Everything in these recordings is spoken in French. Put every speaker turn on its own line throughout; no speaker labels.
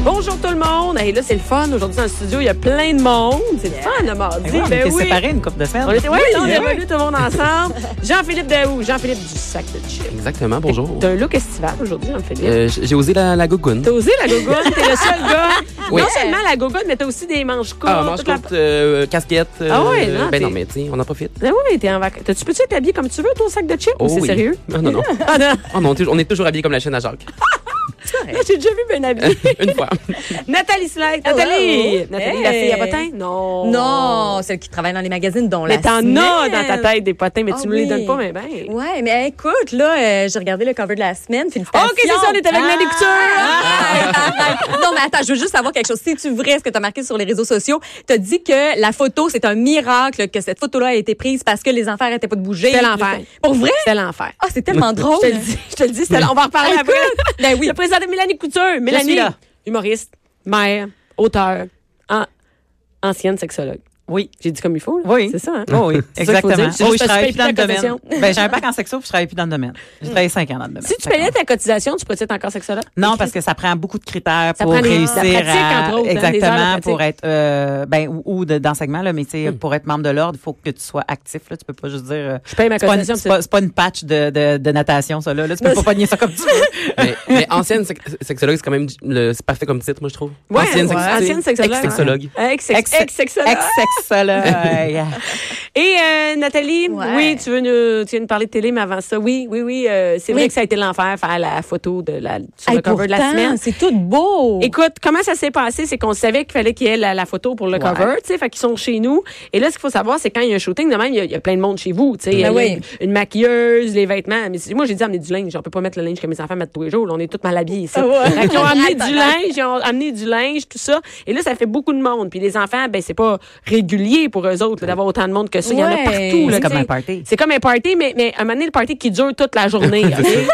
Bonjour tout le monde. Et là, c'est le fun. Aujourd'hui, dans le studio, il y a plein de monde. C'est le fun, le mardi.
Ben oui, on
Ben
était
oui.
séparés une couple de semaines.
On était, ouais, là, on est
oui.
revenus tout le monde ensemble. Jean-Philippe Daou, Jean-Philippe du sac de chips.
Exactement, bonjour.
T'as un look estival aujourd'hui, Jean-Philippe.
Euh, j- J'ai osé la, la gougoune.
T'as osé la gogoune, t'es le seul gars.
Oui.
Non seulement la gogoune, mais t'as aussi des manches courtes.
Ah, manche
toute la-
courte, euh, casquette. euh,
Ah ouais, non,
ben
t'es-
non, mais tu sais, on en profite.
Ah oui, mais t'es en vacances. T'as-tu- Peux-tu être habillé comme tu veux, ton sac de chips, ou c'est
oui.
sérieux?
Ah, non, non.
Ah non,
Ah non, on est toujours- on est toujours habillés comme la chaîne à Jacques.
j'ai déjà vu Ben habillé.
Une fois.
Nathalie Slide.
Hello.
Nathalie! Nathalie, la
Hey.
fille à potins? Non.
Non, celle qui travaille dans les magazines, dont la
Mais t'en
semaine.
as dans ta tête des potins, mais
Ah
tu me les
oui.
donnes pas, mais ben.
Ouais, mais écoute, là, euh, j'ai regardé le cover de la semaine. Félicitations. Ah!
Ok, c'est ça, on est avec Mélanie Couture.
non, mais attends, je veux juste savoir quelque chose. C'est-tu vrai ce que tu as marqué sur les réseaux sociaux? Tu as dit que la photo, c'est un miracle que cette photo-là a été prise parce que les enfants n'arrêtaient pas de bouger.
C'était l'enfer.
Pour vrai?
C'était l'enfer.
Ah, c'est tellement drôle.
Je te le dis, je te le dis, c'était là. On va en reparler
Ah,
après.
écoute, ben oui.
Je te présente Mélanie Couture. Mélanie,
suis là.
humoriste, mère, auteur, an- ancienne sexologue.
Oui.
J'ai dit comme il faut, là.
Oui.
C'est ça, hein?
Oh oui,
C'est ça qu'il faut
exactement.
dire. C'est
Oh,
juste
je travaille plus
parce
dans
que
le
tu payes
domaine. Ben, j'avais pas qu'en sexo, puis je travaillais plus dans le domaine. J'ai travaillé cinq ans dans le domaine.
Si tu payais ta cotisation, tu pourrais être encore sexologue?
Non, parce que ça prend beaucoup de critères
Ça
pour
prend des-
réussir
la pratique,
à-
entre autres, hein, des heures de
exactement
pratique.
pour être euh, ben ou, ou de- d'enseignement là, mais tu sais, pour être membre de l'ordre, il faut que tu sois actif là, tu peux pas juste dire euh,
Je paye ma
c'est pas, une-
cotisation,
c'est pas- c'est pas une patch de, de, de natation ça là, là tu peux pas pogner ça comme tu veux.
Mais, mais ancienne sex- sexologue, c'est quand même du- le- c'est parfait comme titre, moi, je trouve.
Ouais,
ancienne, sex-
ouais.
tu sais,
Ancienne sexologue.
Ex-sexologue.
Euh, Ex-sex-
Ex-
Ex-sexologue.
Ex-sexologue.
Et euh, Nathalie,
Ouais.
oui, tu veux nous, tu viens nous parler de télé, mais avant ça, oui, oui, oui, euh, c'est
Oui.
vrai que ça a été l'enfer faire la photo de la, sur
Hey,
le cover de la
pourtant,
semaine.
C'est tout beau.
Écoute, comment ça s'est passé, c'est qu'on savait qu'il fallait qu'il y ait la, la photo pour le cover, tu sais, fait qu'ils sont chez nous. Et là, ce qu'il faut savoir, c'est quand il y a un shooting, de même, il y a, il y a plein de monde chez vous, tu sais. Il y a
Ben oui.
une, une maquilleuse, les vêtements. Mais c'est- moi, j'ai dit, amenez du linge. On peut pas mettre le linge que mes enfants mettent tous les jours. là. on est toutes mal habillés ici.
Ah
Fait qu'ils ont amené du linge, ils ont amené du linge, tout ça. Et là, ça fait beaucoup de monde. Puis les enfants, ben, c'est pas régulier pour eux autres là, d'avoir autant de monde que ça. Il y en a
Ouais.
partout, là,
C'est comme
tu sais.
un party.
C'est comme un party, mais, mais à un moment donné, le party qui dure toute la journée. ok?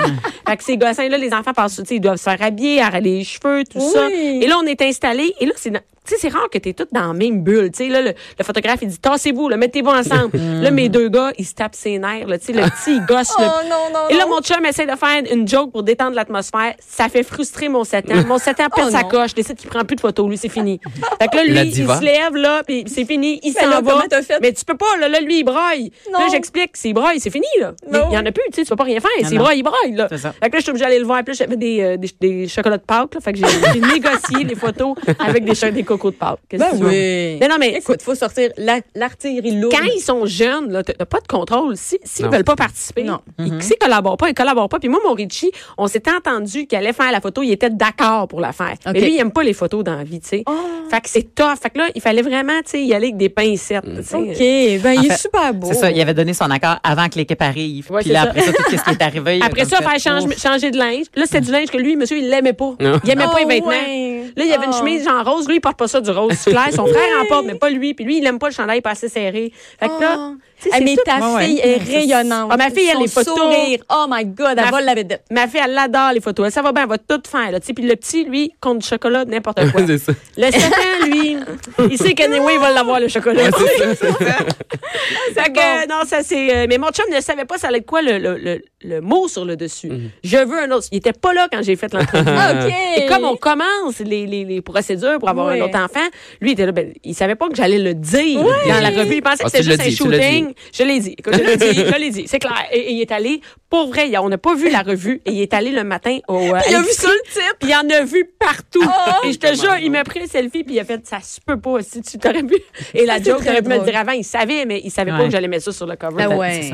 fait que ces gossins-là, les enfants passent, tu sais, ils doivent se faire habiller, arraler les cheveux, tout ça.
Oui.
Et là, on est installés. Et là, c'est, dans- tu sais, c'est rare que t'es toutes dans la même bulle. Tu sais, là, le, le photographe, il dit, tassez-vous, là, mettez-vous ensemble. là, mes deux gars, ils se tapent ses nerfs, là. Tu sais, le petit, il gosse,
Oh
là.
non, non,
Et là,
non.
mon chum essaie de faire une joke pour détendre l'atmosphère. Ça fait frustrer mon 7 ans. Mon 7 ans perd
Oh
sa
non.
coche, décide qu'il prend plus de photos. Lui, c'est fini. Fait que là,
La
lui, il
diva.
se lève, là, puis c'est fini. Il
Mais
s'en
là,
va.
comment t'as fait?
Mais tu peux pas, là, là lui, il braille.
Non.
Là, j'explique, c'est braille, c'est fini, là. Il
Non.
y en a plus, tu sais, tu peux pas rien faire. C'est
non.
braille, il braille, là. Fait
C'est ça.
que là, je suis obligée d'aller le voir. Puis là, j'avais des, euh, des, des chocolats de Pâques, là. Fait que j'ai j'ai négocié les photos avec des, cho- des cocos de Pâques. Qu'est-ce
Ben
que tu veux?
oui.
Non, non, mais
écoute, faut sortir la- l'artillerie lourde.
quand ils sont jeunes, là, t'as t'as pas de contrôle. Si- S'ils
Non.
veulent pas participer,
Non. Mm-hmm.
ils s'ils collaborent pas, ils collaborent pas. Puis moi, mon Richie, on s'était entendu qu'il allait faire la photo, il était d'accord pour la faire.
OK. Ah.
Mais lui, il aime pas les photos dans la vie, tu sais. Fait que c'est tough. Fait que là, il fallait vraiment, tu sais, y aller avec des pincettes. tu sais.
Mm. OK, ben il est
fait,
super beau.
C'est ça, il avait donné son accord avant que l'équipe arrive.
Ouais,
puis
c'est
là,
ça.
après ça, tout ce qui est arrivé. il a
Après
comme
ça,
fait, oh,
faire change-
Ouf.
changer de linge. Là, c'était du linge que lui, monsieur, il l'aimait pas. Il aimait pas les
Oh,
vêtements.
ouais.
Là, il y avait une
Oh.
chemise genre rose. Lui, il porte pas ça du rose c'est clair. Son frère en porte, mais pas lui. Puis lui, il aime pas le chandail pas assez serré. Fait que là,
Ah.
tu sais,
Ah,
c'est
mais
tout-
ta
Ouais, ouais.
fille est rayonnante.
Ah, ma fille, elle
Son
est photo.
sourire. Oh my God,
Ma-
elle vole la vedette.
Ma fille, elle adore les photos. Elle, ça va bien, elle va tout faire. Là, tu sais. puis le petit, lui, compte du chocolat, n'importe quoi.
c'est ça.
le 7 ans, lui, il sait qu'anyway, il va l'avoir, le chocolat. Fait que, non, ça, c'est. euh, mais mon chum ne savait pas ça allait être quoi le, le, le, le mot sur le dessus. Je veux un autre. Il était pas là quand j'ai fait l'entrevue.
OK.
Ah, Et comme on commence les, les, les procédures pour avoir
Ouais.
un autre enfant, lui, il était là, ben, il savait pas que j'allais le dire dans la revue. Il pensait que
Ah,
c'était
tu l'as
juste un
dit, tu l'as
shooting. Je l'ai dit. Écoute, je l'ai dit, je l'ai dit. C'est clair. Et, et il est allé, pour vrai, il a- on n'a pas vu la revue, et il est allé le matin au. euh, à
Il a
l'épicerie.
vu ça le Oh! type.
Puis il en a vu partout. et je te jure, il m'a pris le selfie puis il a fait ça se peut pas si tu t'aurais vu. Et la
c'est
joke,
très
t'aurais pu me le
drôle.
dire avant, il savait mais il savait pas
Ouais.
que j'allais mettre ça sur le cover.
Ben ouais.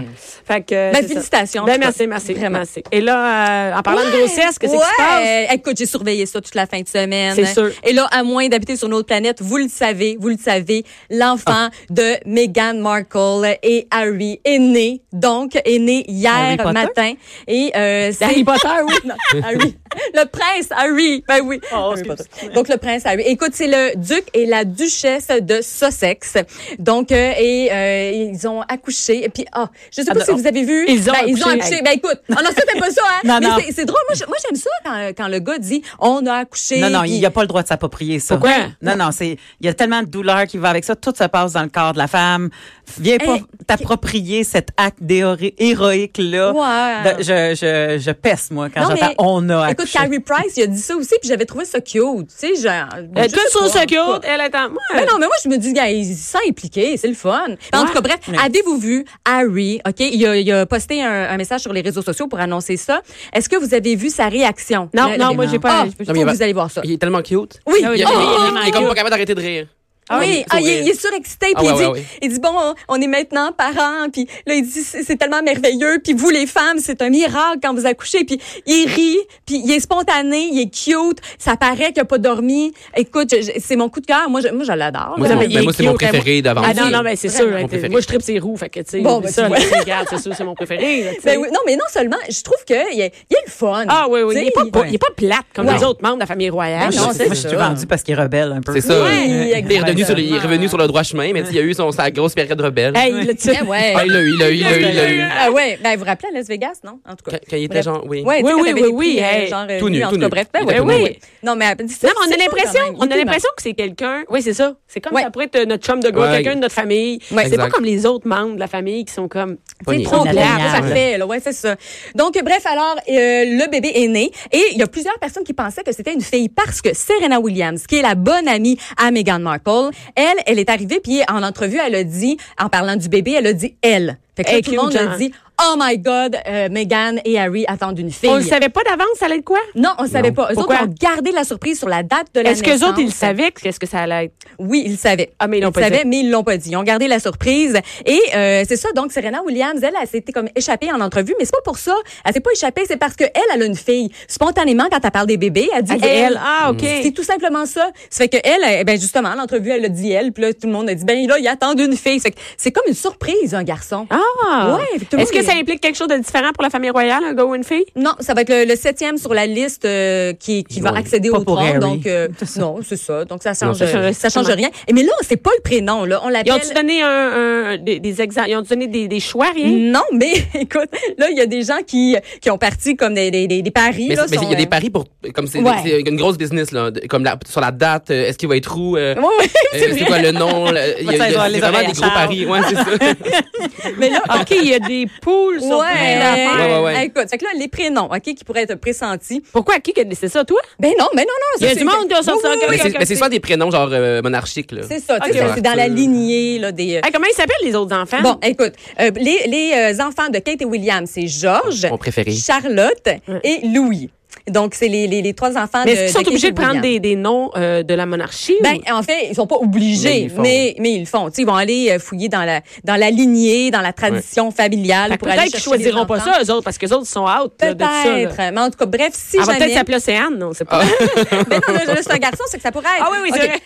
Fait que euh,
Ben,
c'est ça.
félicitations, en
Ben
tout cas.
merci, merci,
Vraiment.
merci. Et là euh, en parlant de grossesse, qu'est-ce qui se passe
Ouais. Écoute, j'ai surveillé ça toute la fin de semaine.
C'est sûr.
Et là, à moins d'habiter sur notre planète, vous le savez, vous le savez,
Ah.
l'enfant de Meghan Markle et Harry est né, donc, est né
Harry
hier
Potter?
matin. Et euh, c'est...
Harry Potter, oui.
Non, Harry. Le prince Harry. Ben oui. Harry Potter. Donc, le prince Harry. Écoute, c'est le duc et la duchesse de Sussex. Donc, euh, et euh, ils ont accouché. Et puis, ah, je sais pas
Ah,
si
non.
vous avez vu.
Ils ont
Ben, Ils ont
accouché.
accouché. Ben écoute, oh, non, ça, c'est pas ça, hein.
Non,
Mais
non.
c'est- C'est drôle. Moi, je- moi, j'aime ça quand, euh, quand le gars dit on a accouché.
Non, non,
puis-
il n'a pas le droit de s'approprier ça.
Pourquoi?
Non, non, c'est il y a tellement de douleur qui va avec ça. Tout se passe dans le corps de la femme. Viens pas
Eh,
t'approprier cet acte déhoré- héroïque-là.
Ouais.
Ben, De- Je, je, je pèse, moi, quand
Non,
j'entends
mais-
on a
Écoute, Carrie Price, il a dit ça aussi, puis j'avais trouvé ça cute. Tu sais, genre.
Euh,
juste
tout sur
toi,
ce
toi.
cute, elle est en moi.
Mais Ben non, mais moi, je me dis, gars, ils sont impliqués, c'est le fun. En tout cas, bref, avez-vous vu Harry, OK, il a, il a posté un, un message sur les réseaux sociaux pour annoncer ça. Est-ce que vous avez vu sa réaction?
Non,
Le-
non,
le-
moi, j'ai pas-
Ah,
j'ai pas-
faut que vous allez voir ça.
Il est tellement cute.
Oui,
Ah
Il,
oui,
il-
oh,
il-
oh,
il- il est comme pas capable d'arrêter de rire.
Ah
oui,
oui,
ah, il,
sourire.
il est surexcité, puis
Ah
il,
ouais,
dit,
ouais, ouais.
il dit, bon, on est maintenant parents, puis là, il dit, c'est c'est tellement merveilleux, puis vous, les femmes, c'est un miracle quand vous accouchez, puis il rit, puis il est spontané, il est cute, ça paraît qu'il a pas dormi. Écoute, je- je- c'est mon coup de cœur, moi, je, moi, je l'adore.
Moi, c'est
Non,
mon,
mais il
ben,
est
moi, c'est mon
cute,
préféré d'avant.
Ah non, non, mais c'est sûr.
Vraiment.
hein,
Mon
t'es-
préféré.
Moi, je tripe ses roues, fait que, tu sais,
Bon,
oublie
ben,
ça,
tu
là,
vois.
regarde, c'est sûr, c'est mon préféré. là, tu sais.
Ben oui, non, mais non seulement, je trouve qu'il y a, il y a le fun.
Ah oui, oui. Il
Tu sais,
n'est pas,
il-
pas- il est pas plate comme
Ouais.
les autres membres de la famille royale.
Ben non,
Moi,
c'est
je suis
ça.
vendue parce qu'il est rebelle un peu.
C'est ça.
Ouais,
Il est
exactement.
revenu sur le- il est revenu sur le droit chemin, mais tu sais, il a eu son, sa grosse période rebelle.
Hey, là, tu-
Ben ouais.
Ah, il l'a eu, il l'a eu, il l'a eu, il l'a eu.
Ah ouais, ben vous vous rappelez à Las Vegas, non? En tout
Quand
cas.
quand il était
Bref.
genre, oui.
Ouais, tu sais,
Oui,
quand
oui,
t'avais
oui,
des
oui,
prix, euh,
hey.
genre, euh,
Tout nu,
en
tout
tout cas,
nu.
bref, ben
Il
ouais,
était
ben
tout nu.
ouais. Non, mais dis
Non, mais
ça,
on a
c'est ça, quand
l'impression,
même.
on
Il
a
est
l'impression que c'est quelqu'un. Oui, c'est ça. C'est comme
Ouais.
ça pourrait être notre chum de gars,
Ouais.
quelqu'un de notre famille.
Ouais.
C'est pas
Exact.
comme les autres membres de la famille qui sont comme.
C'est
Pogné.
trop
Inatteignable.
clair,
Ouais.
parfait. Là. Ouais, c'est ça. Donc, euh, bref, alors, euh, le bébé est né et il y a plusieurs personnes qui pensaient que c'était une fille parce que Serena Williams, qui est la bonne amie à Meghan Markle, elle, elle est arrivée puis en entrevue, elle a dit, en parlant du bébé, elle a dit elle. Fait que là,
Hey,
tout le
cute,
monde a
hein.
dit, oh my God, euh, Meghan et Harry attendent une fille.
On le savait pas d'avance, ça allait être quoi?
Non, on ne savait pas. Eux
Pourquoi?
autres, ils ont gardé la surprise sur la date de la
Est-ce que les autres, ils le
naissance.
savaient? Est-ce que ça allait être.
Oui, ils le savaient.
Ah, mais ils l'ont
le
pas dit.
savaient, mais ils l'ont pas dit. Ils ont gardé la surprise. Et euh, c'est ça, donc Serena Williams, elle, elle s'était comme échappée en entrevue, mais c'est pas pour ça. Elle s'est pas échappée, c'est parce que elle, elle a une fille. Spontanément, quand elle parle des bébés, elle dit
Elle dit elle. Ah, OK.
C'est tout simplement ça. Ça fait que elle, eh ben justement, l'entrevue, elle a dit elle, puis là, tout le monde a dit, ben là, il attend une fille. Ça fait que c'est comme une surprise, un garçon.
Ah!
Ouais, puis tout le
Est-ce
monde
que ça
est-
implique quelque chose de différent pour la famille royale, un gars ou une fille?
Non, ça va être le, le septième sur la liste euh, qui, qui va
Ouais.
accéder
Pas
au
pour
trône.
Harry.
Donc, euh, non, c'est ça. Donc, ça change,
ça change-
euh, ça change rien. Et mais là, c'est pas le prénom. Là. On
Ils
l'appelle...
ont-tu donné un, un- des, des exemples? Ils ont-tu donné des, des choix, rien?
Non, mais écoute, là, il y a des gens qui, qui ont parti comme des, des, des, des paris.
Mais
là,
c'est- mais
sont,
il y a
euh,
des paris pour comme c'est
Ouais.
c'est une grosse business là de- comme la- sur la date euh, est-ce qu'il va être où euh,
Ouais, ouais,
euh,
c'est
c'est
vrai.
quoi le nom le- il y a, il y a-
Ça,
c'est
les
vraiment
oreilles
des
à
gros
Charles.
paris ouais c'est ça
Mais là,
OK, il y a des poules sur plein
ouais,
d'affaires.
Ouais, ouais, ouais.
Écoute, fait que là, les prénoms, OK, qui pourraient être pressentis.
Pourquoi? Qui qui a décidé ça, toi?
Ben non, mais non, non.
Il y a
ça,
du
c'est-
monde qui a sorti
Oui, oui,
ça,
oui,
mais
ok,
c'est-
ok,
mais c'est
ok.
soit des prénoms genre euh, monarchiques là
C'est ça, tu sais,
Ok.
ça, c'est dans la lignée là, des... euh,
Hey, comment ils s'appellent, les autres enfants?
Bon, écoute, euh, les, les euh, enfants de Kate et William, c'est Georges,
Mon préféré.
Charlotte et Louis. Donc, c'est les, les, les trois enfants
Mais est-ce
de
qu'ils
de
sont
Kate
obligés
et
de prendre
William.
des, des noms euh, de la monarchie?
Ben,
ou-
en fait, ils sont pas
Mais
obligés,
Ben, ils
mais,
le font.
mais, ils le font. Tu sais, ils vont aller euh, fouiller dans la, dans la lignée, dans la tradition familiale
Fait que
pour aller
peut-être qu'ils
chercher
choisiront
les
pas
enfants.
ça, eux autres, parce qu'eux autres sont out là, de ça. là.
Peut-être. Mais en tout cas, bref, si
Elle va
jamais...
peut-être s'appeler Océane, non? C'est pas.
Ben non, là, là, c'est un garçon, c'est que ça pourrait être...
Ah oui, oui, c'est
Ok.
vrai.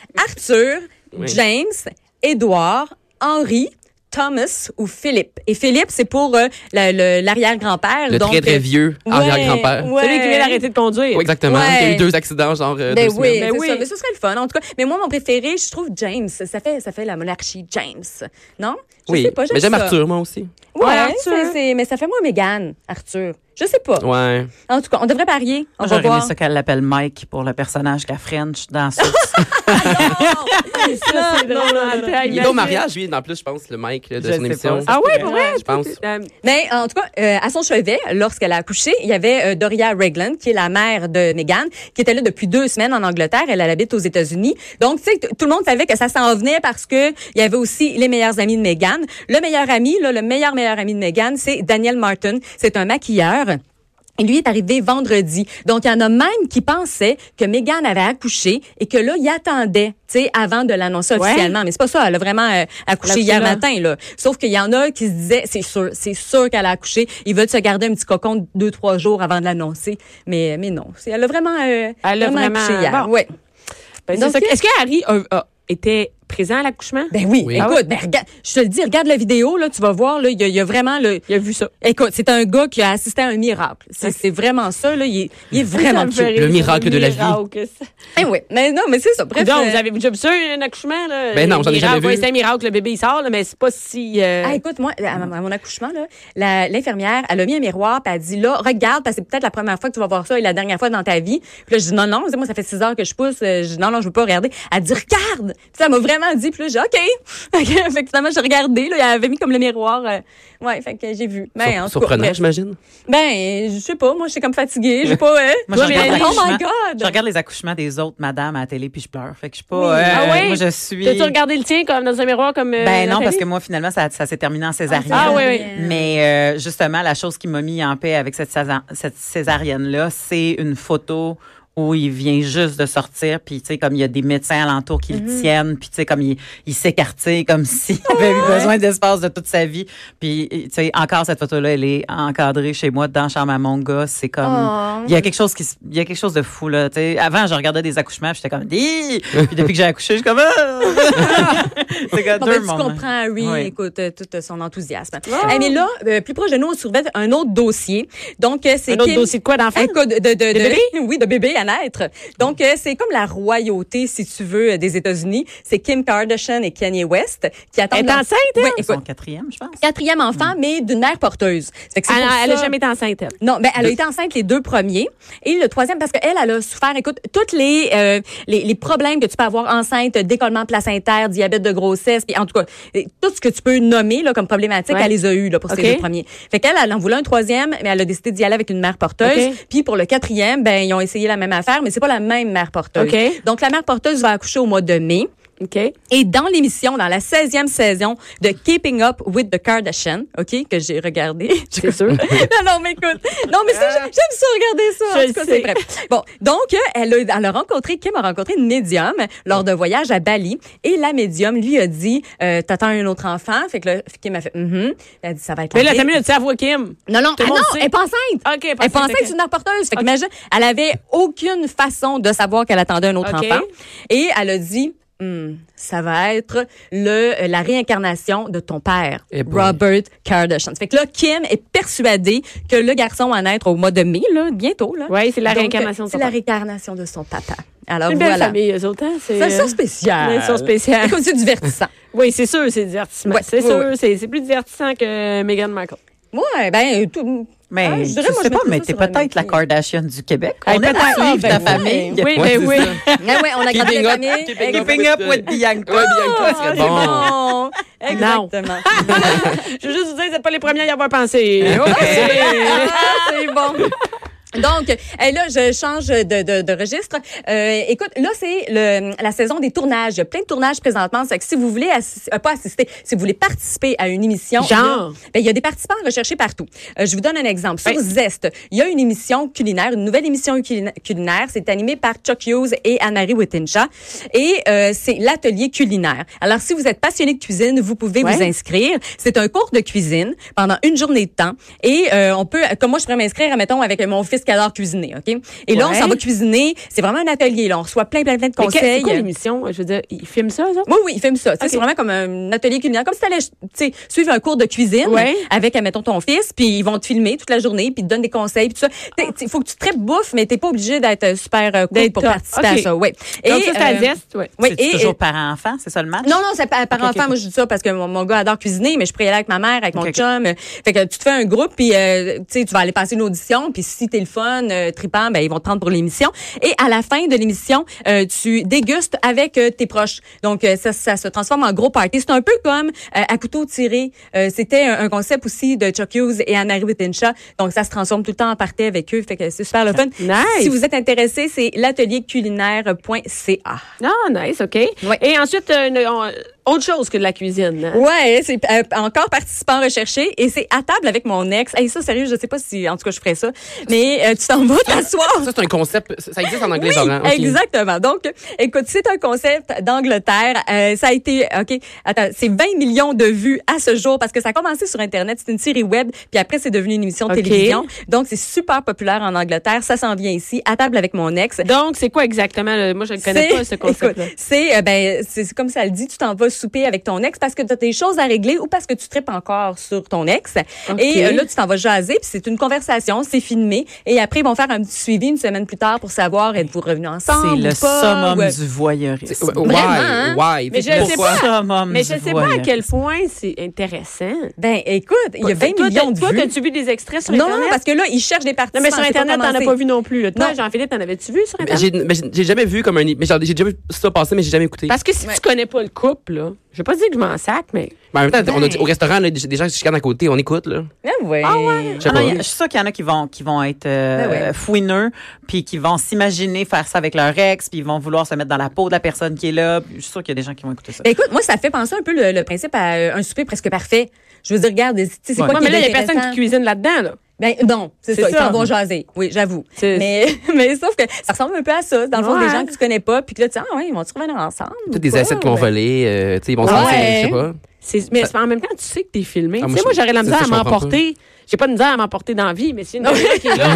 Arthur,
Oui.
James, Édouard, Henri... Thomas ou Philippe. Et Philippe, c'est pour euh, la- le- l'arrière-grand-père.
le
donc,
très
euh,
très vieux
ouais,
arrière-grand-père
ouais.
Celui qui vient d'arrêter de conduire.
Oui, exactement
Ouais.
il y a eu deux accidents genre euh,
Ben
deux
oui,
semaines
Ben
ben oui.
oui.
Ça, mais ce serait le fun. En tout cas, mais moi, mon préféré, je trouve James. Ça fait, ça fait la monarchie James. Non? Je
oui
sais pas,
mais j'aime
ça.
Arthur moi aussi
Ouais,
Ouais, Arthur.
c'est- c'est- mais ça fait moins Mégane, Arthur. Je sais pas.
ouais
En tout cas, on devrait parier. On
Moi,
va
J'aurais aimé
voir.
ça qu'elle l'appelle Mike pour le personnage qu'elle French dans ce
Ça, c'est drôle, en fait,
il est
imagine.
au mariage lui en plus je pense le Mike là, de
Je
son
sais
émission
pas.
Ah ouais, pour vrai?
je pense
Euh,
Mais en tout cas, euh, à son chevet, lorsqu'elle a accouché, il y avait euh, Doria Regland, qui est la mère de Meghan, qui était là depuis deux semaines en Angleterre. Elle, elle habite aux États-Unis. Donc, tu sais, t- tout le monde savait que ça s'en venait parce que il y avait aussi les meilleurs amis de Meghan. Le meilleur ami, là, le meilleur meilleur ami de Meghan, c'est Daniel Martin. C'est un maquilleur. Et lui est arrivé vendredi. Donc, il y en a même qui pensaient que Meghan avait accouché et que là, il attendait, tu sais, avant de l'annoncer
Ouais.
officiellement. Mais c'est pas ça. Elle a vraiment euh, accouché
L'accouché
hier
là.
matin, là. Sauf qu'il y en a qui se disaient, c'est sûr, c'est sûr qu'elle a accouché. Ils veulent se garder un petit cocon deux, trois jours avant de l'annoncer. Mais, mais non. C'est- Elle a vraiment, euh,
Elle a vraiment-
accouché hier.
bon.
Ouais.
ben, c'est
Donc,
ça. Est-ce que Harry a- a- était présent à l'accouchement?
Ben oui.
Oui.
Ah
Écoute, ben, regarde, je te le dis, regarde la vidéo, là. Tu vas voir, là. Il y, a- il y a vraiment le,
Il a vu ça.
écoute, c'est un gars qui a assisté à un miracle. C'est c'est vraiment ça, là. Il est, il est vraiment
Ça me fait
cute.
rire,
Le miracle
ça,
de la vie.
miracle, ça.
Eh oui. Mais non, mais c'est ça. Bref.
Donc,
euh,
vous avez déjà vu ça, un accouchement? Là?
Ben non, j'en ai
Miracle,
jamais vu.
ouais, c'est un miracle, le bébé, il sort, là, mais c'est pas si... euh,
Ah, écoute, moi, à, mon- à mon accouchement, là, la- l'infirmière, elle a mis un miroir, puis elle dit, là, regarde, parce que c'est peut-être la première fois que tu vas voir ça et la dernière fois dans ta vie. Puis là, je dis, non, non, moi, ça fait six heures que je pousse. Euh, Je dis, non, non, je veux pas regarder. Elle dit, regarde! Puis ça m'a vraiment vraiment dit. Puis là, j'ai OK. fait que finalement, j'ai regardé. Là, il avait mis comme le miroir. euh, ouais, fait que j'ai vu. Mais, Ben, en tout cas,
Surprenant,
mais-
j'imagine.
Ben, je sais pas. Moi, je suis comme fatiguée. Je sais pas. hein.
Moi, je
Mais,
regarde
oh my
l'accouchement. Je
God!
regarde les accouchements des autres madames à la télé puis je pleure. Fait que je suis pas.
Oui.
euh,
Ah ouais?
Moi, je suis.
T'as-tu regardé le tien comme dans un miroir comme. euh,
Ben non,
Nathalie?
parce que moi, finalement, ça, ça s'est terminé en césarienne.
Ah, oui, oui.
Mais euh, justement, la chose qui m'a mis en paix avec cette, césar- cette césarienne-là, c'est une photo où il vient juste de sortir, puis tu sais, comme il y a des médecins alentour qui
Mhm.
le tiennent, puis tu sais, comme il, il s'écartait, comme s'il avait eu besoin d'espace de toute sa vie. Puis, tu sais, encore cette photo-là, elle est encadrée chez moi, dans la chambre à mon gars. C'est comme...
Oh.
Il y a quelque chose qui se- il y a quelque chose de fou là, tu sais. Avant, je regardais des accouchements, puis j'étais comme Ih! puis depuis que j'ai accouché, je suis comme Ah! C'est comme
Bon,
deux
ben, tu
moments.
comprends, oui,
Oui.
écoute, euh, tout euh, son enthousiasme. Eh, mais là, euh, plus proche de nous, on surveille un autre dossier. Donc, euh, c'est
Un autre
Kim-
dossier de quoi d'enfant?
Un cas de, de- de- de-
bébé?
Oui, de bébé à naître. Donc, euh, c'est comme la royauté, si tu veux, euh, des États-Unis. C'est Kim Kardashian et Kanye West qui attendent...
Elle est
leur-
enceinte, hein?
Ouais,
elle?
Son
écoute,
quatrième, je pense.
quatrième enfant, mais d'une mère porteuse. Fait que c'est
Elle
pour
elle a
ça-
jamais été enceinte, elle.
non, ben elle a été enceinte les deux premiers et le troisième parce qu'elle, elle a souffert, écoute, toutes les, euh, les les problèmes que tu peux avoir enceinte, décollement placentaire, diabète de grossesse, puis en tout cas eh, tout ce que tu peux nommer là comme problématique,
Ouais.
elle les a eu là pour
Ok.
ces deux premiers. Fait qu'elle, elle en voulait un troisième, mais elle a décidé d'y aller avec une mère porteuse.
Ok.
Puis pour le quatrième, ben ils ont essayé la même affaire, mais c'est pas la même mère porteuse.
Ok.
Donc la mère porteuse va accoucher au mois de mai.
OK.
Et dans l'émission, dans la 16e saison de Keeping Up with the Kardashians, OK, que j'ai regardé.
C'est sûr.
non, non, mais écoute. Non, mais ça, j'aime ça regarder ça.
Je
en tout cas,
le
c'est
sais.
vrai. Bon, donc, euh, elle a, elle a rencontré, Kim a rencontré une médium lors de voyage à Bali. Et la médium lui a dit, euh, t'attends un autre enfant. Fait que là, Kim a fait, Mhm. Elle a dit, ça va être
Mais là,
la
t'as mis le cerveau à Kim.
Non, non,
Tout le
ah
monde
non,
sait.
elle est pas enceinte.
OK,
Elle pensait que c'est une mère porteuse. Fait qu'imagine, elle avait aucune façon de savoir qu'elle attendait un autre
OK.
enfant. Et elle a dit, Hmm, ça va être le, euh, la réincarnation de ton père,
Eh boy.
Robert Kardashian. Fait que là, Kim est persuadée que le garçon va naître au mois de mai, là, bientôt. Là.
Oui, c'est la
Donc,
réincarnation de
C'est
son
la
père.
réincarnation de son papa. Alors
Une belle
voilà.
famille, eux autres, hein? C'est
C'est ça
euh,
spécial.
c'est ça spécial.
C'est comme ça divertissant.
Oui, c'est sûr, c'est divertissement.
Ouais,
c'est
ouais,
sûr,
ouais.
c'est c'est plus divertissant que euh, Meghan Markle.
Ouais, ben, tout.
Mais
Ah, je
je,
dirais, moi,
sais pas,
je mettrais
mais
ça
t'es
sur un
peut-être la
papier.
Kardashian du Québec.
Hey,
on est
peut-être.
à suivre
Ah,
ta
ben
famille.
Oui,
Ouais,
mais
c'est
oui.
ça.
Ah ouais, on a gardé
Keeping
la
up,
famille.
keeping
Exact-
Keeping up
euh,
with Bianca.
Ouais, Bianca
Ah,
serait
c'est
bon.
bon. Exactement.
Je veux juste vous dire, vous n'êtes pas les premiers à y avoir pensé. OK.
Ah, c'est bon. Donc, eh, là, je change de, de, de registre. Euh, écoute, là, c'est le- la saison des tournages. Il y a plein de tournages présentement. C'est que si vous voulez assis- euh, pas assister, si vous voulez participer à une émission,
Genre?
là, ben, il y a des participants recherchés partout. Euh, je vous donne un exemple. Sur Zest, il y a une émission culinaire, une nouvelle émission culina- culinaire. C'est animé par Chuck Hughes et Anne-Marie Wittincha. Et euh, c'est l'atelier culinaire. Alors, si vous êtes passionné de cuisine, vous pouvez vous
Ouais.
inscrire. C'est un cours de cuisine pendant une journée de temps. Et euh, on peut, comme moi, je pourrais m'inscrire, mettons, avec mon fils qui adore cuisiner, OK? Et là, on
Ouais.
s'en va cuisiner. C'est vraiment un atelier. Là. On reçoit plein, plein, plein de
Mais que- C'est
conseils.
quoi l'émission? Je veux dire, ils filment ça, eux autres?
Oui, oui, il filme ça. Tu sais,
Ok.
C'est vraiment comme un atelier culinaire, comme si tu allais tu sais, suivre un cours de cuisine
Ouais.
avec, admettons, ton fils, puis ils vont te filmer toute la journée, puis ils te donnent des conseils, puis tout ça. Il faut que tu tripes bouffe, mais t'es pas obligé d'être euh, super euh, cool
Ah. D'être
pour
top. Ok.
participer à ça. Ouais.
Donc, ça, c'est à
euh,
Zest, oui.
ouais,
C'est
et-
toujours
et-
parent-enfant, c'est ça le match?
non, non, c'est par, par
Ok, ok,
enfant. Moi, je dis ça parce que mon, mon gars adore cuisiner, mais je pourrais y aller avec ma mère, avec mon
Ok, ok.
chum. Euh, Fait que tu te fais un groupe, puis euh, tu sais, tu vas aller passer une audition, puis si t'es le fun, euh, tripant, ben ils vont te prendre pour l'émission. Et à la fin de l'émission, euh, tu dégustes avec euh, tes proches. Donc euh, ça, ça se transforme en gros party. C'est un peu comme euh, à couteau tiré. Euh, C'était un, un concept aussi de Chuck Hughes et Anne-Marie Wittencha. Donc ça se transforme tout le temps en party avec eux. Fait que c'est super le fun.
Nice.
Si vous êtes intéressé, c'est l'atelierculinaire.ca.
Ah, nice, OK.
Ouais.
Et ensuite, euh, une- on- autre chose que de la cuisine. hein?
Ouais, c'est euh, encore participant recherché et c'est à table avec mon ex. Hey, ça sérieux, je sais pas si en tout cas je ferais ça, mais euh, tu t'en vas t'asseoir.
Ça, c'est un concept. Ça ça existe en anglais,
Oui,
genre. hein? Ok.
exactement. Donc, écoute, c'est un concept d'Angleterre. Euh, ça a été, OK, attends, c'est 20 millions de vues à ce jour parce que ça a commencé sur Internet. C'est une série web, puis après, c'est devenu une émission de
OK.
télévision. Donc, c'est super populaire en Angleterre. Ça s'en vient ici, à table avec mon ex.
Donc, c'est quoi exactement? le- Moi, je ne connais
C'est-
pas ce concept-là.
écoute, C'est euh, ben c'est c'est comme ça le dit, tu t'en vas souper avec ton ex parce que tu as des choses à régler ou parce que tu tripes encore sur ton ex. Et euh, là, tu t'en vas jaser, puis c'est une conversation, c'est filmé. Et après, ils vont faire un petit suivi une semaine plus tard pour savoir êtes-vous revenus
C'est
ensemble
le
ou pas,
summum
ou, euh,
du voyeurisme.
Why?
hein?
Why?
Mais je sais
Pourquoi?
pas.
Summum
Mais
du
je sais pas à
voyeurisme.
quel point c'est intéressant.
Ben, écoute, il y a 20
Toi, t'as-
millions de
Toi,
vues.
t'as-tu vu des extraits sur
non, non,
Internet?
parce que là, ils cherchent des participants.
Non, mais sur
c'est
Internet, t'en as
commencé.
pas vu non plus. là. Toi,
Non.
Jean-Philippe, t'en avais-tu vu sur
Mais
Internet?
j'ai mais j'ai- j'ai jamais vu comme un. Mais genre, j'ai déjà vu ça passer, mais j'ai jamais écouté.
Parce que si
Ouais.
tu connais pas le couple, là, je vais pas dire que je m'en sac, mais.
Mais en même temps, on a dit- au restaurant, là, des des gens qui se chicanent à côté, on écoute, là.
Ah ouais.
Je
Ah
sais
non,
pas.
il y a- je suis sûre qu'il y en a qui vont, qui vont être euh,
Ben ouais.
fouineux, puis qui vont s'imaginer faire ça avec leur ex, puis ils vont vouloir se mettre dans la peau de la personne qui est là. Puis Je suis sûre qu'il y a des gens qui vont écouter ça.
Ben, écoute, moi, ça fait penser un peu le, le principe à euh, un souper presque parfait. Je veux dire, regarde, tu sais, c'est
Ouais.
Ouais,
quoi qui
mais là,
est
il y a personne qui
intéressant?
cuisine là-dedans, là.
Ben non, c'est
C'est
ça, ils
ça.
s'en vont jaser. Oui, j'avoue.
C'est-
Mais, mais sauf que ça ressemble un peu à ça. Dans le fond,
Ouais.
des gens que tu connais pas, puis que là, tu dis, ah ouais, ils vont se revenir ensemble.
Toutes des
Ouais,
assiettes qu'on
ouais.
volait, euh, tu sais, ils vont se
Ouais.
lancer, je sais pas.
C'est- Mais c'est- en même temps, tu sais que t'es filmé.
Ah,
tu
moi,
sais, moi,
je-
j'aurais la
c'est
misère
ça,
à
je comprends
m'emporter. J'ai pas de misère à m'emporter dans la vie, mais si une personne qui est là,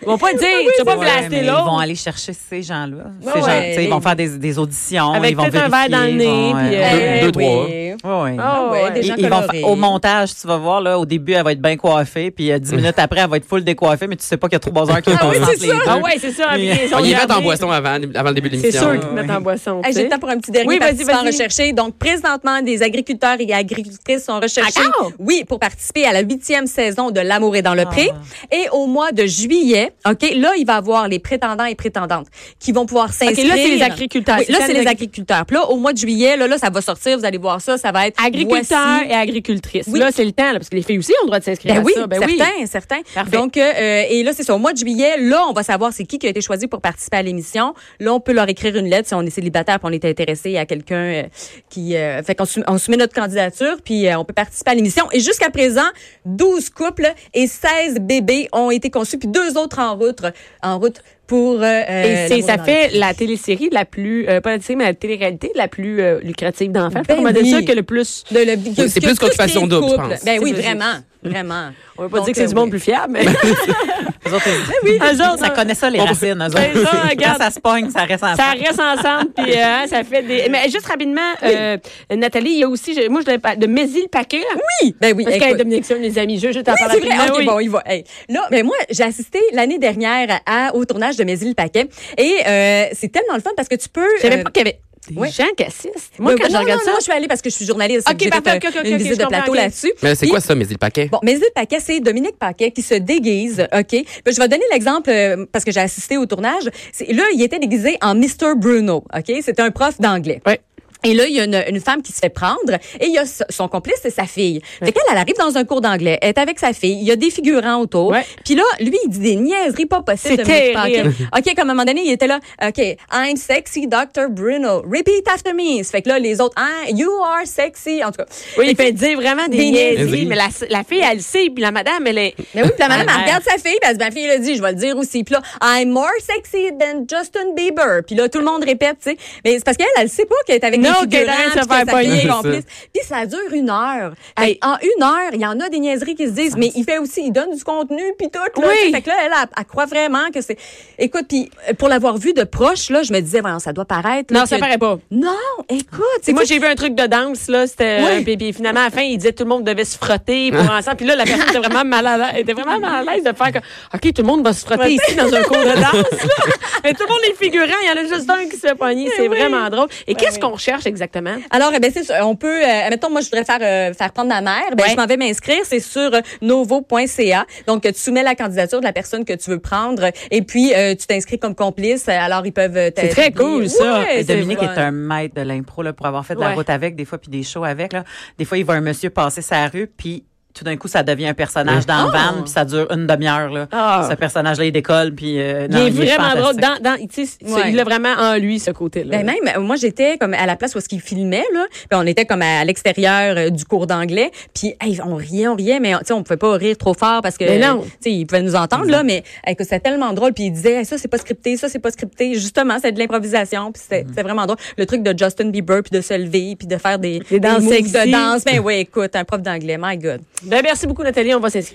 ils vont pas te dire, tu vas pas
Ouais, mais
blaster
ils vont
l'autre.
aller chercher ces gens-là.
Ouais,
ces gens,
ouais,
tu sais,
les-
ils vont faire des, des auditions,
Avec
ils vont
peut-être un
vérifier.
verre dans le
ils
nez,
vont,
puis,
euh,
euh,
Deux- deux,
ben, oui.
ouais, ouais.
Ah,
Ah ouais, des
Ils-
gens
ils vont
colorés.
fa- au montage, tu vas voir, là, au début, elle va être bien coiffée, puis euh, dix minutes après, elle va être full décoiffée, mais tu sais pas qu'il y a trois heures qui
Ah oui,
passent entre
c'est
les
ça.
deux.
Ah ouais, c'est ça.
Mais-
puis ils ont
On y met en
gardé.
boisson avant, avant le début de
C'est
l'émission.
sûr qu'ils te
Ouais,
mettent
ouais.
en boisson.
Hey,
tu
J'ai
sais.
le temps pour un petit dernier
Oui, vas-y,
participant
vas-y.
recherché. Donc, présentement, des agriculteurs et agricultrices sont recherchés.
Encore?
Oui, pour participer à la huitième saison de L'amour est dans le
Ah.
pré. Et au mois de juillet, OK, là, il va y avoir les prétendants et prétendantes qui vont pouvoir s'inscrire.
là, c'est les agriculteurs.
Oui,
C'est
là,
ça,
c'est
les
les agriculteurs. Puis là, au mois de juillet, là, là, ça va sortir. Vous allez voir ça. Ça va être
Agriculteurs
voici-
et agricultrices.
Oui.
Là, c'est le temps, là, parce que les filles aussi ont le droit de s'inscrire
Ben
à
oui,
ça. Ben oui.
certains, certains.
Parfait.
Donc, euh, et là, c'est ça. Au mois de juillet, là, on va savoir c'est qui qui a été choisi pour participer à l'émission. Là, on peut leur écrire une lettre si on est célibataire puis on est intéressé à quelqu'un euh, qui... euh, fait qu'on sou- on soumet notre candidature, puis euh, on peut participer à l'émission. Et jusqu'à présent, 12 couples et 16 bébés ont été conçus, puis deux autres en route, en route pour... euh,
Et c'est,
l'amour
ça
dans
fait
le-
la télésérie la plus, euh, pas la télésérie, mais la télé-réalité la plus euh, lucrative d'enfants.
Ben
on va dire ça
oui.
que le plus.
Le- le- que-
c'est
que
plus
tous
qu'occupation
les
double, je
couples.
pense.
Ben oui,
C'est plus-
vraiment, vraiment.
On va pas
Donc,
dire que c'est
euh,
du monde
oui.
plus fiable, mais.
Eux autres, ils-
oui,
ça connaît ça, les
On va-
racines. eux
Ben, ça,
autres.
regarde.
Quand ça se pogne, ça reste ensemble.
Ça reste ensemble, puis euh, hein, ça fait des. Mais juste rapidement, euh, Nathalie, il y a aussi, je- moi, je l'ai pas. De Mézil Paquet.
Oui, ben oui.
Parce qu'elle
écoute.
Dominique Sion, les amis, je, je t'en
Oui,
parle
c'est vrai. Ah,
rapidement,
OK,
oui.
bon, il va. Hey. Là, mais moi, j'ai assisté l'année dernière à, au tournage de Mes îles Paquet. Et euh, c'est tellement le fun parce que tu peux.
Je savais
euh,
pas qu'il y avait des
ouais.
gens qui assistent. Moi,
ben,
quand je
non,
regarde
non,
ça.
non, je suis allée parce que je suis journaliste.
OK,
J'ai
parfait,
fait,
OK, OK,
une
OK,
visite
je
de
comprends,
plateau
OK.
là-dessus.
Mais c'est
Puis-
quoi ça, mais le paquet?
Bon, Mézil Paquet, c'est Dominique Paquet qui se déguise, OK? Ben, je vais donner l'exemple euh, parce que j'ai assisté au tournage. C'est- Là, il était déguisé en Mr. Bruno, OK? C'était un prof d'anglais.
Ouais.
Et là, il y a une, une femme qui se fait prendre et il y a s- son complice, c'est sa fille. Fait qu'elle, elle arrive dans un cours d'anglais, elle est avec sa fille, il y a des figurants autour.
Ouais.
Puis là, lui, il dit des niaiseries pas possibles.
C'est
Dominique
terrible.
Paquet. OK, comme à un moment donné, il était là, OK, I'm sexy Dr. Bruno, repeat after me. Fait que là, les autres, ah, you are sexy. En tout cas.
Oui,
Fait
il
que-
fait dire vraiment des,
Des
niaiseries,
niaiseries.
mais la, la fille, elle le sait, puis la madame, elle est.
Mais oui, puis la madame,
Ah,
elle regarde sa fille, puis elle dit, ma fille, elle a dit, je vais le dire aussi. Puis là, I'm more sexy than Justin Bieber. Puis là, tout le monde répète, tu sais. Mais c'est parce qu'elle, elle sait pas qu'elle est avec
Non,
des
qu'elle est en train de
figurants,
se
puis que
faire
sa fille
pogner.
est
C'est ça.
complice. Puis ça dure une heure. Fait
Hey.
que En une heure, il y en a des niaiseries qui se disent, mais il fait aussi, il donne du contenu, puis tout. Là, tu sais.
Oui.
Fait que là, elle, elle, elle croit vraiment que c'est... Écoute, puis euh, pour l'avoir vu de proche, là, je me disais, voyons, ça doit paraître. là,
Non, ça
que-
paraît pas.
Non, écoute,
C'est
c'est
moi j'ai vu un truc de danse là, c'était
Ouais.
euh, puis, puis finalement à la fin il disait tout le monde devait se frotter pour ensemble. Puis là la personne était vraiment mal à l'aise, était vraiment mal à l'aise de faire comme OK, tout le monde va se frotter ici dans un cours de danse là. Mais tout le monde est figurant, il y en a juste un qui se fait pogner, c'est vraiment drôle. Et qu'est-ce qu'on recherche exactement
Alors, eh ben, c'est sûr, on peut, euh, mettons, moi, je voudrais faire, euh, faire prendre ma mère. Ben,
Ouais.
je m'en vais m'inscrire. C'est sur euh, novo.ca. Donc, euh, tu soumets la candidature de la personne que tu veux prendre euh, et puis euh, tu t'inscris comme complice. Euh, Alors, ils peuvent euh,
C'est
t'aider.
très cool, ça.
Ouais,
Et
Et
c'est
Dominique
fun.
est un maître de l'impro là, pour avoir fait de la
Ouais.
route avec, des fois, puis des shows avec. Là. Des fois, il voit un monsieur passer sa rue, puis tout d'un coup, ça devient un personnage dans le van, puis ça dure une demi-heure. là.
Ah.
Ce personnage-là, il décolle, puis euh, non,
il est vraiment drôle
fantastique.
dans dans tu sais,
Ouais.
il l'a vraiment en lui ce côté-là.
Ben même, euh, moi j'étais comme à la place où est-ce qu'ils filmaient là, ben, on était comme à, à l'extérieur euh, du cours d'anglais, puis hey, on riait, on riait, mais tu sais on pouvait pas rire trop fort parce que
Mais
euh,
Ben non.
tu sais ils pouvaient nous entendre là, mais hey, écoute, c'était tellement drôle, puis ils disaient Hey, ça c'est pas scripté, ça c'est pas scripté, justement c'est de l'improvisation, puis
Mm.
c'était c'était vraiment drôle. Le truc de Justin Bieber puis de se lever puis de faire des,
Des danses
moves de
sexy.
danse, ben ouais écoute un prof d'anglais, my God.
Ben, merci beaucoup Nathalie, on va s'inscrire.